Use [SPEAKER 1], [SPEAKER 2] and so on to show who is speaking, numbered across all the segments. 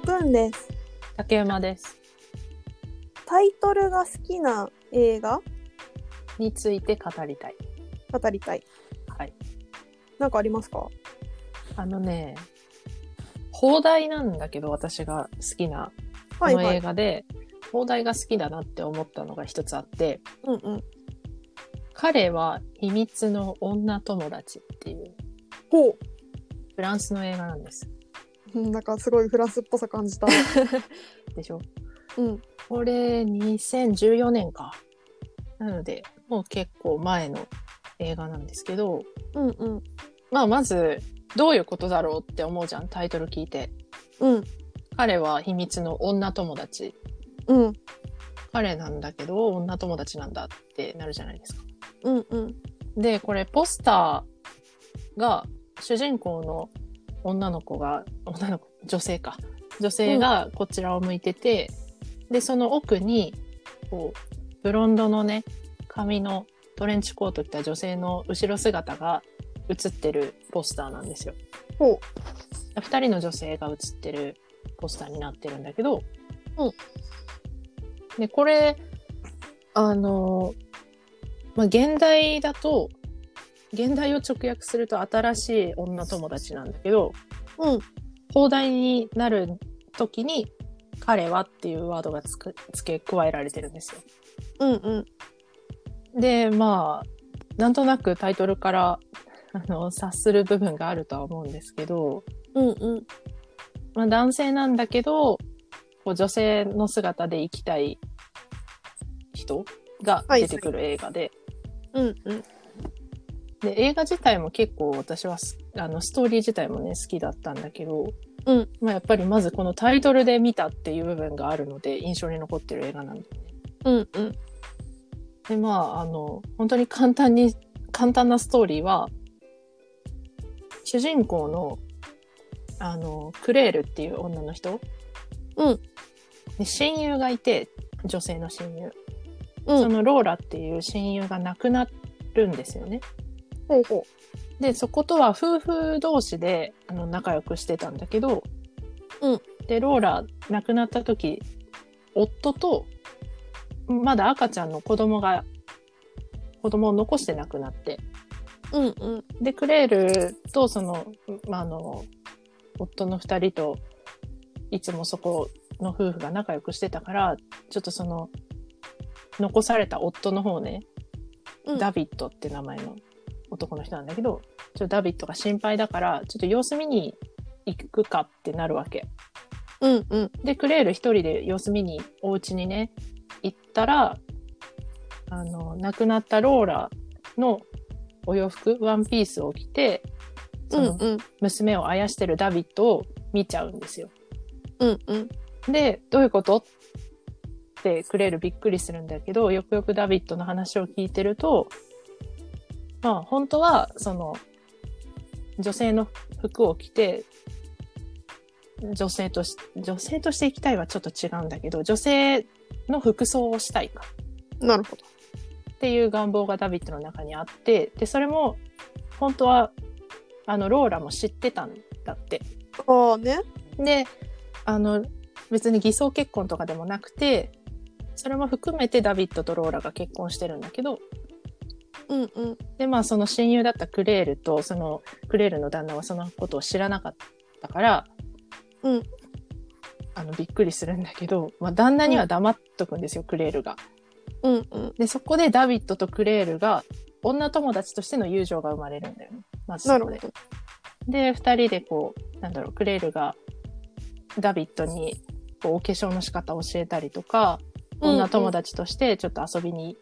[SPEAKER 1] くんです
[SPEAKER 2] 竹馬です。
[SPEAKER 1] タイトルが好きな映画
[SPEAKER 2] について語りたい。
[SPEAKER 1] 語りたい
[SPEAKER 2] はい。
[SPEAKER 1] なんかありますか
[SPEAKER 2] あのね、放題なんだけど、私が好きな、こ
[SPEAKER 1] はい
[SPEAKER 2] の
[SPEAKER 1] は
[SPEAKER 2] 映
[SPEAKER 1] い
[SPEAKER 2] 画で、放題が好きだなって思ったのが一つあって、
[SPEAKER 1] うんうん
[SPEAKER 2] 彼は秘密の女友達っていう、
[SPEAKER 1] ほ
[SPEAKER 2] フランスの映画なんです。
[SPEAKER 1] ううんなんかすごいフランスっぽさ感じ た
[SPEAKER 2] でしょ
[SPEAKER 1] うん
[SPEAKER 2] これ、2014年か。なので、もう結構前の映画なんですけど、
[SPEAKER 1] うんうん
[SPEAKER 2] まあ、まず、どういうことだろうって思うじゃん、タイトル聞いて。
[SPEAKER 1] うん
[SPEAKER 2] 彼は秘密の女友達
[SPEAKER 1] うん
[SPEAKER 2] 彼なんだけど女友達なんだってなるじゃないですか
[SPEAKER 1] うんうん
[SPEAKER 2] でこれポスターが主人公の女の子が女の子女性か女性がこちらを向いてて、でその奥にこうブロンドのね髪のトレンチコート着た女性の後ろ姿が写ってるポスターなんですよ
[SPEAKER 1] ほ
[SPEAKER 2] 2人の女性が写ってるポスターになってるんだけど、
[SPEAKER 1] うん
[SPEAKER 2] でこれあの、まあ、現代だと現代を直訳すると新しい女友達なんだけど
[SPEAKER 1] ううん
[SPEAKER 2] 放題になる時に「彼は」っていうワードがつく付け加えられてるんですよ。
[SPEAKER 1] うんうん
[SPEAKER 2] でまあなんとなくタイトルからあの察する部分があるとは思うんですけど、
[SPEAKER 1] うんうん
[SPEAKER 2] まあ、男性なんだけど、こう女性の姿で生きたい人が出てくる映画で、
[SPEAKER 1] うんうん
[SPEAKER 2] で、映画自体も結構私はす、あの、ストーリー自体もね、好きだったんだけど、
[SPEAKER 1] うん
[SPEAKER 2] まあ、やっぱりまずこのタイトルで見たっていう部分があるので、印象に残ってる映画なんで。
[SPEAKER 1] うんうん
[SPEAKER 2] で、まあ、あの、本当に簡単に、簡単なストーリーは、主人公の、あの、クレールっていう女の人。
[SPEAKER 1] うん
[SPEAKER 2] で。親友がいて、女性の親友。
[SPEAKER 1] うん
[SPEAKER 2] そのローラっていう親友が亡くなるんですよね。
[SPEAKER 1] ほうほ
[SPEAKER 2] で、そことは夫婦同士で、あの、仲良くしてたんだけど、
[SPEAKER 1] うん。
[SPEAKER 2] で、ローラ亡くなった時、夫と、まだ赤ちゃんの子供が、子供を残して亡くなって、
[SPEAKER 1] ううんうん
[SPEAKER 2] で、クレールと、その、まあ、あの、夫の二人と、いつもそこの夫婦が仲良くしてたから、ちょっとその、残された夫の方ね、
[SPEAKER 1] うん
[SPEAKER 2] ダビットって名前の男の人なんだけど、ちょっとダビットが心配だから、ちょっと様子見に行くかってなるわけ。
[SPEAKER 1] うんうん
[SPEAKER 2] で、クレール一人で様子見にお家にね、行ったら、あの、亡くなったローラのお洋服、ワンピースを着て、
[SPEAKER 1] う
[SPEAKER 2] そ
[SPEAKER 1] ん
[SPEAKER 2] の
[SPEAKER 1] うん
[SPEAKER 2] 娘をあやしてるダビットを見ちゃうんですよ。
[SPEAKER 1] うんうん
[SPEAKER 2] で、どういうことってクレールびっくりするんだけど、よくよくダビットの話を聞いてると、まあ本当は、その、女性の服を着て、女性とし、女性として生きたいはちょっと違うんだけど、女性の服装をしたいか
[SPEAKER 1] なるほど
[SPEAKER 2] っていう願望がダビットの中にあって、で、それも、本当は、あの、ローラも知ってたんだって。
[SPEAKER 1] ああね
[SPEAKER 2] であの別に偽装結婚とかでもなくてそれも含めてダビッドとローラが結婚してるんだけど
[SPEAKER 1] うんうん
[SPEAKER 2] でまあその親友だったクレールとそのクレールの旦那はそのことを知らなかったから、
[SPEAKER 1] うん、
[SPEAKER 2] あのびっくりするんだけど、まあ、旦那には黙っとくんですよ、クレールが。
[SPEAKER 1] うんうん
[SPEAKER 2] でそこでダビッドとクレールが女友達としての友情が生まれるんだよね。まず
[SPEAKER 1] なる
[SPEAKER 2] そこ
[SPEAKER 1] ほど
[SPEAKER 2] でで、二人でこう、なんだろう、クレールがダビットにこうお化粧の仕方を教えたりとか、
[SPEAKER 1] うんうん
[SPEAKER 2] 女友達としてちょっと遊びに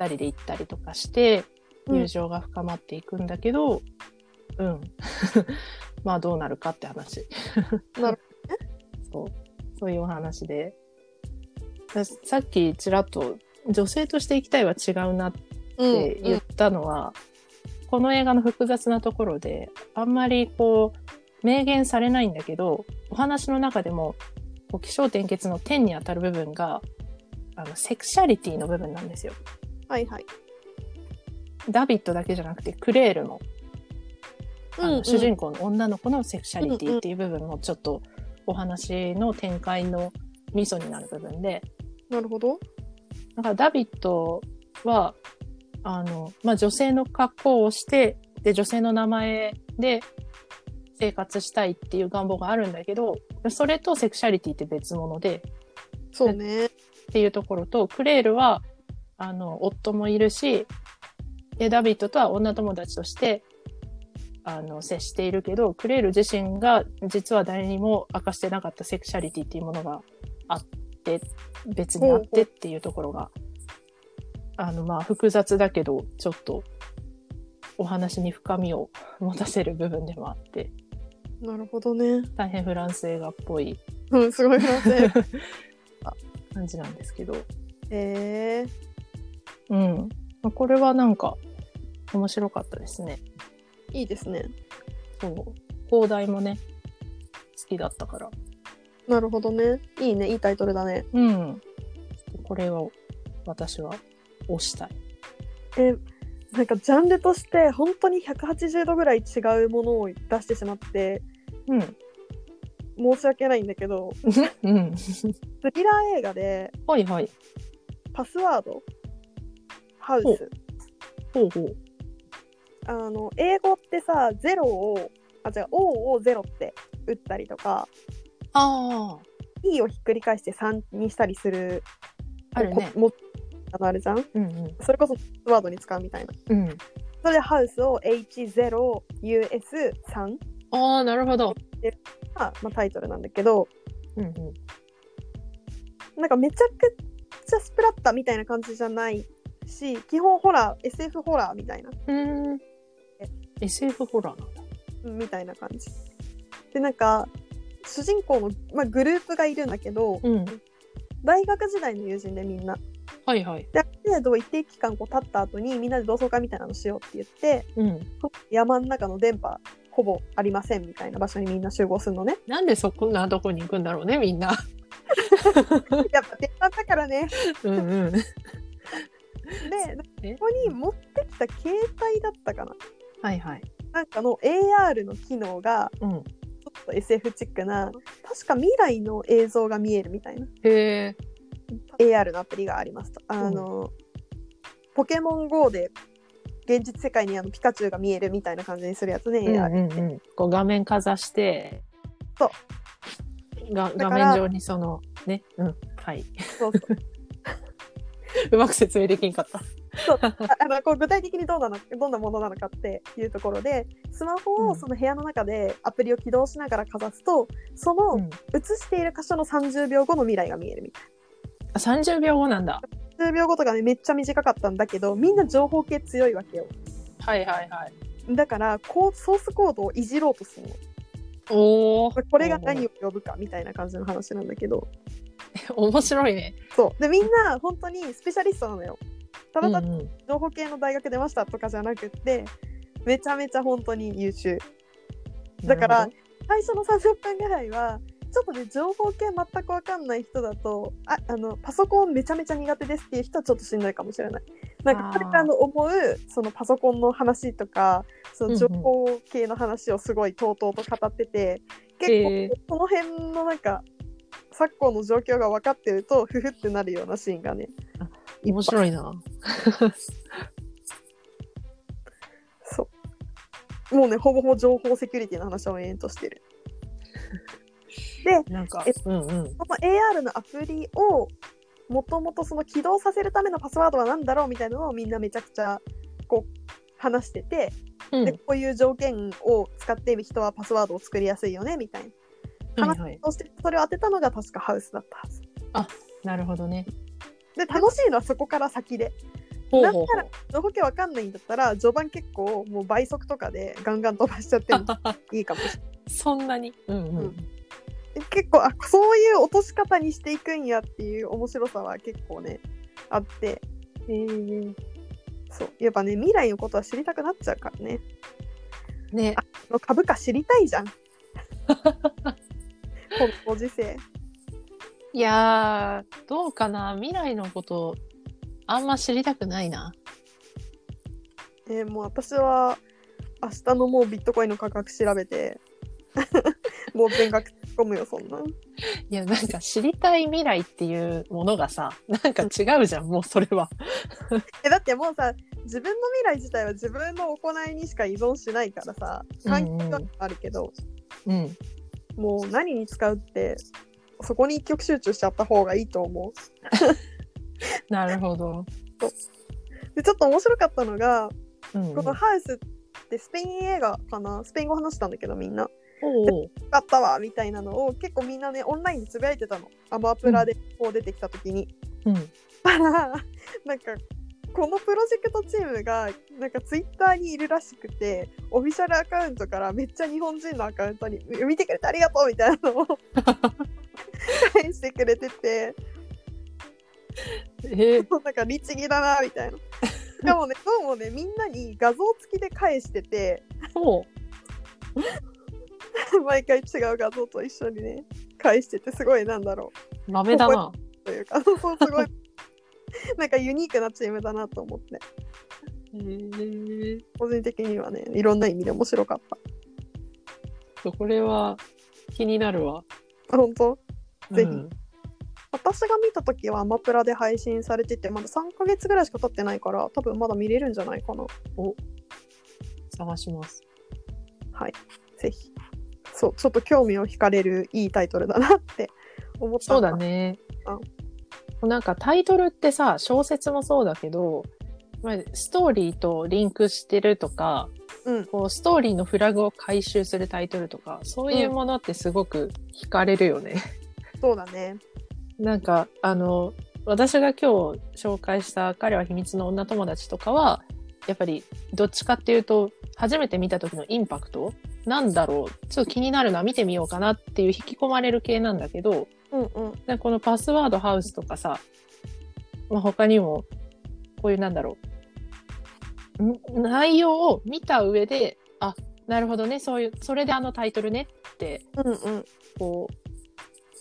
[SPEAKER 2] 二人で行ったりとかして、
[SPEAKER 1] うん
[SPEAKER 2] 友情が深まっていくんだけど、うん。 まあどうなるかって話。
[SPEAKER 1] なる
[SPEAKER 2] そう。そういうお話で。ださっきちらっと女性として生きたいは違うなっ
[SPEAKER 1] うん
[SPEAKER 2] って言ったのは、この映画の複雑なところであんまりこう明言されないんだけどお話の中でもこう起承転結の点にあたる部分があのセクシャリティの部分なんですよ。
[SPEAKER 1] はいはい
[SPEAKER 2] ダビットだけじゃなくてクレールも、あの主人公の女の子のセクシャリティっていう部分もちょっとお話の展開のミソになる部分で、
[SPEAKER 1] なるほど。
[SPEAKER 2] だからダビットは、あの、まあ、女性の格好をして、で、女性の名前で生活したいっていう願望があるんだけど、それとセクシャリティって別物で、
[SPEAKER 1] そうね。
[SPEAKER 2] っていうところと、クレールは、あの、夫もいるし、で、ダビットとは女友達として、あの、接しているけど、クレール自身が実は誰にも明かしてなかったセクシャリティっていうものがあって、別にあってっていうところが、あの、まあ、複雑だけど、ちょっと、お話に深みを持たせる部分でもあって、
[SPEAKER 1] なるほどね。
[SPEAKER 2] 大変フランス映画っぽい
[SPEAKER 1] うん、すごいなって。
[SPEAKER 2] 感じなんですけど、
[SPEAKER 1] え
[SPEAKER 2] うん。まあこれはなんか、面白かったですね。
[SPEAKER 1] ー、いいですね。
[SPEAKER 2] そう。放題もね、好きだったから。
[SPEAKER 1] なるほどね。いいね。いいタイトルだね。
[SPEAKER 2] うん。これを、私は、推したい。
[SPEAKER 1] えなんかジャンルとして本当に180度ぐらい違うものを出してしまって
[SPEAKER 2] うん。
[SPEAKER 1] 申し訳ないんだけど
[SPEAKER 2] うん。
[SPEAKER 1] スリラー映画で
[SPEAKER 2] はいはい。
[SPEAKER 1] 「パスワード」「ハウ
[SPEAKER 2] ほ
[SPEAKER 1] ス
[SPEAKER 2] ほうほう。」
[SPEAKER 1] あの英語ってさ「ゼロをあ違う「O」を「ゼロって打ったりとか
[SPEAKER 2] あ
[SPEAKER 1] 「E」をひっくり返して3にしたりする
[SPEAKER 2] あ。あるね
[SPEAKER 1] こ。もあのあるじゃん
[SPEAKER 2] うんうん。
[SPEAKER 1] それこそパスワードに使うみたいな
[SPEAKER 2] うん。
[SPEAKER 1] それで「ハウス」を H0US3
[SPEAKER 2] ああ、なるほど。
[SPEAKER 1] が、まあ、タイトルなんだけど
[SPEAKER 2] うんうん。
[SPEAKER 1] なんかめちゃくちゃスプラッタみたいな感じじゃないし基本ホラー SF ホラーみたいな
[SPEAKER 2] うーん。SF ホラーなんだ。
[SPEAKER 1] うんみたいな感じでなんか主人公の、まあ、グループがいるんだけど
[SPEAKER 2] うん。
[SPEAKER 1] 大学時代の友人でみんな
[SPEAKER 2] はいはい。
[SPEAKER 1] である程度一定期間こう経った後にみんなで同窓会みたいなのしようって言って
[SPEAKER 2] うん。
[SPEAKER 1] 山の中の電波ほぼありませんみたいな場所にみんな集合するの ね
[SPEAKER 2] なんでそこんなとこに行くんだろうね、みんな。
[SPEAKER 1] やっぱ電波だからね
[SPEAKER 2] うん うん。
[SPEAKER 1] でここに持ってきた携帯だったかな
[SPEAKER 2] はいはい。
[SPEAKER 1] なんかの AR の機能が
[SPEAKER 2] うん。
[SPEAKER 1] ちょっと SF チックな確か未来の映像が見えるみたいな
[SPEAKER 2] へえ。
[SPEAKER 1] AR のアプリがありますとあの、ポケモン GO で現実世界にあのピカチュウが見えるみたいな感じにするやつね、
[SPEAKER 2] うん
[SPEAKER 1] AR
[SPEAKER 2] うんうん、こう画面かざして
[SPEAKER 1] そう
[SPEAKER 2] が
[SPEAKER 1] だ
[SPEAKER 2] 画
[SPEAKER 1] から
[SPEAKER 2] 面上にそのねうんはい
[SPEAKER 1] そうそう
[SPEAKER 2] うまく説明できんかった
[SPEAKER 1] あ あのこう具体的にどうなのどんなものなのかっていうところでスマホ
[SPEAKER 2] う
[SPEAKER 1] を
[SPEAKER 2] ん
[SPEAKER 1] その部屋の中でアプリを起動しながらかざすとその
[SPEAKER 2] ん、
[SPEAKER 1] 映している箇所の30秒後の未来が見えるみたい
[SPEAKER 2] あ30秒後なんだ
[SPEAKER 1] な30秒後とかねめっちゃ短かったんだけどみんな情報系強いわけよ
[SPEAKER 2] はいはいはい
[SPEAKER 1] だからこうソースコードをいじろうとするの
[SPEAKER 2] おお
[SPEAKER 1] これが何を呼ぶかみたいな感じの話なんだけど
[SPEAKER 2] 面白いね
[SPEAKER 1] そうでみんな本当にスペシャリストなのよただただ
[SPEAKER 2] うんうん
[SPEAKER 1] 情報系の大学出ましたとかじゃなくってめちゃめちゃ本当に優秀だか
[SPEAKER 2] な
[SPEAKER 1] ら
[SPEAKER 2] る
[SPEAKER 1] 最初の30分ぐらいはちょっとね情報系全く分かんない人だとああのパソコンめちゃめちゃ苦手ですっていう人はちょっとしんどいかもしれないなんか
[SPEAKER 2] あー
[SPEAKER 1] 彼らの思うそのパソコンの話とかその情報系の話をすごいとうとうと語ってて、結構
[SPEAKER 2] へー
[SPEAKER 1] この辺のなんか昨今の状況が分かってるとふふってなるようなシーンがね
[SPEAKER 2] ほど面白いな
[SPEAKER 1] そうもうねほぼほぼ情報セキュリティの話を延々としてる
[SPEAKER 2] なんか
[SPEAKER 1] え
[SPEAKER 2] うんうん
[SPEAKER 1] この AR のアプリをもともとその起動させるためのパスワードは何だろうみたいなのをみんなめちゃくちゃこう話してて、
[SPEAKER 2] うん
[SPEAKER 1] でこういう条件を使って人はパスワードを作りやすいよねみたいな
[SPEAKER 2] はいはい
[SPEAKER 1] そしてそれを当てたのが確かハウスだったはず
[SPEAKER 2] なるほどね
[SPEAKER 1] で楽しいのはそこから先で
[SPEAKER 2] ほうほうほう
[SPEAKER 1] なん情報系わかんないんだったら序盤結構もう倍速とかでガンガン飛ばしちゃ ってもいいかもしれない
[SPEAKER 2] そんなにうんうん、
[SPEAKER 1] うん結構あそういう落とし方にしていくんやっていう面白さは結構ねあって
[SPEAKER 2] えー、
[SPEAKER 1] そうやっぱね未来のことは知りたくなっちゃうからね
[SPEAKER 2] ね
[SPEAKER 1] 株価知りたいじゃんこのご時世
[SPEAKER 2] いやーどうかな未来のことあんま知りたくないな
[SPEAKER 1] えーもう私 は明日のもうビットコインの価格調べてもう全額突っ込むよそんない
[SPEAKER 2] や、なんか知りたい未来っていうものがさ、なんか違うじゃん、もうそれは。
[SPEAKER 1] えだってもうさ自分の未来自体は自分の行いにしか依存しないからさ環境はあるけど、
[SPEAKER 2] うん。
[SPEAKER 1] もう何に使うってそこに一極集中しちゃった方がいいと思う
[SPEAKER 2] なるほど。
[SPEAKER 1] でちょっと面白かったのが、
[SPEAKER 2] うん、
[SPEAKER 1] このハウスってスペイン映画かなスペイン語話したんだけどみんな
[SPEAKER 2] おう
[SPEAKER 1] よかったわみたいなのを結構みんなねオンラインでつぶやいてたのアマプラでこう出てきた時に、
[SPEAKER 2] うん。
[SPEAKER 1] だからなんかこのプロジェクトチームがなんかツイッターにいるらしくてオフィシャルアカウントからめっちゃ日本人のアカウントに「見てくれてありがとう」みたいな のを返してくれてて
[SPEAKER 2] え
[SPEAKER 1] なんか律儀だなみたいな。でもねどうもねみんなに画像付きで返してて
[SPEAKER 2] そう。
[SPEAKER 1] 毎回違う画像と一緒にね返しててすごいなんだろう
[SPEAKER 2] 豆だな。
[SPEAKER 1] というか そうすごいなんかユニークなチームだなと思って
[SPEAKER 2] えー、
[SPEAKER 1] 個人的にはねいろんな意味で面白かっ
[SPEAKER 2] これは気になるわ。
[SPEAKER 1] た本当ぜひ
[SPEAKER 2] うん
[SPEAKER 1] 私が見た時はアマプラで配信されててまだ3ヶ月ぐらいしか経ってないから多分まだ見れるんじゃないかな
[SPEAKER 2] 探します。
[SPEAKER 1] ぜひそうちょっと興味を惹かれるいいタイトルだなって思った
[SPEAKER 2] そうだね
[SPEAKER 1] あ。
[SPEAKER 2] なんかタイトルってさ、小説もそうだけど、まあストーリーとリンクしてるとか、
[SPEAKER 1] うん
[SPEAKER 2] こうストーリーのフラグを回収するタイトルとか、そういうものってすごく惹かれるよね。
[SPEAKER 1] そうだね
[SPEAKER 2] なんか、あの、私が今日紹介した彼は秘密の女友達とかは、やっぱりどっちかっていうと、初めて見た時のインパクトなんだろうちょっと気になるな、見てみようかなっていう引き込まれる系なんだけど、
[SPEAKER 1] うんうん
[SPEAKER 2] なんかこのパスワードハウスとかさ、まあ、他にも、こういうなんだろう。ん内容を見た上で、あ、なるほどね、そういう、それであのタイトルねって、
[SPEAKER 1] うんうん
[SPEAKER 2] こ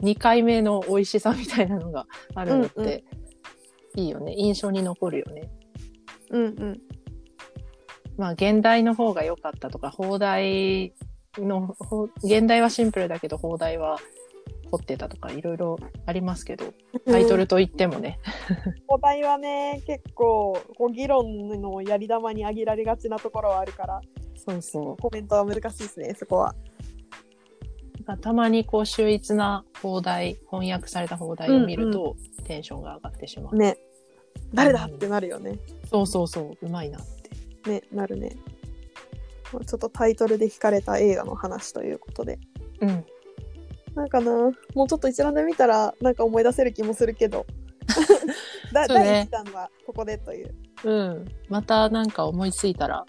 [SPEAKER 2] う、2回目の美味しさみたいなのがあるのって、
[SPEAKER 1] うんうん
[SPEAKER 2] いいよね。印象に残るよね。
[SPEAKER 1] うんうん
[SPEAKER 2] まあ、現代の方が良かったとか、放題の、ほ現代はシンプルだけど、放題は凝ってたとか、いろいろありますけど、タイトルといってもね、
[SPEAKER 1] お題はね結構こう議論のやり玉に挙げられがちなところはあるから
[SPEAKER 2] そうそう。
[SPEAKER 1] コメントは難しいですねそこは
[SPEAKER 2] なんかたまにこう秀逸な放題翻訳された放題を見ると、テンションが上がってしまう、
[SPEAKER 1] ね誰だってなるよね、
[SPEAKER 2] そうそうそううまいなって
[SPEAKER 1] ねなるねまあちょっとタイトルで惹かれた映画の話ということで
[SPEAKER 2] うん
[SPEAKER 1] なんかなもうちょっと一覧で見たらなんか思い出せる気もするけ どだ、
[SPEAKER 2] そうね
[SPEAKER 1] 第1弾はここでという
[SPEAKER 2] うんまたなんか思いついたら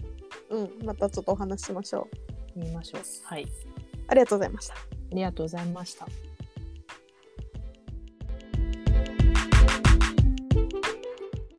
[SPEAKER 1] うんまたちょっとお話ししましょう
[SPEAKER 2] 見ましょうはい
[SPEAKER 1] ありがとうございました
[SPEAKER 2] ありがとうございました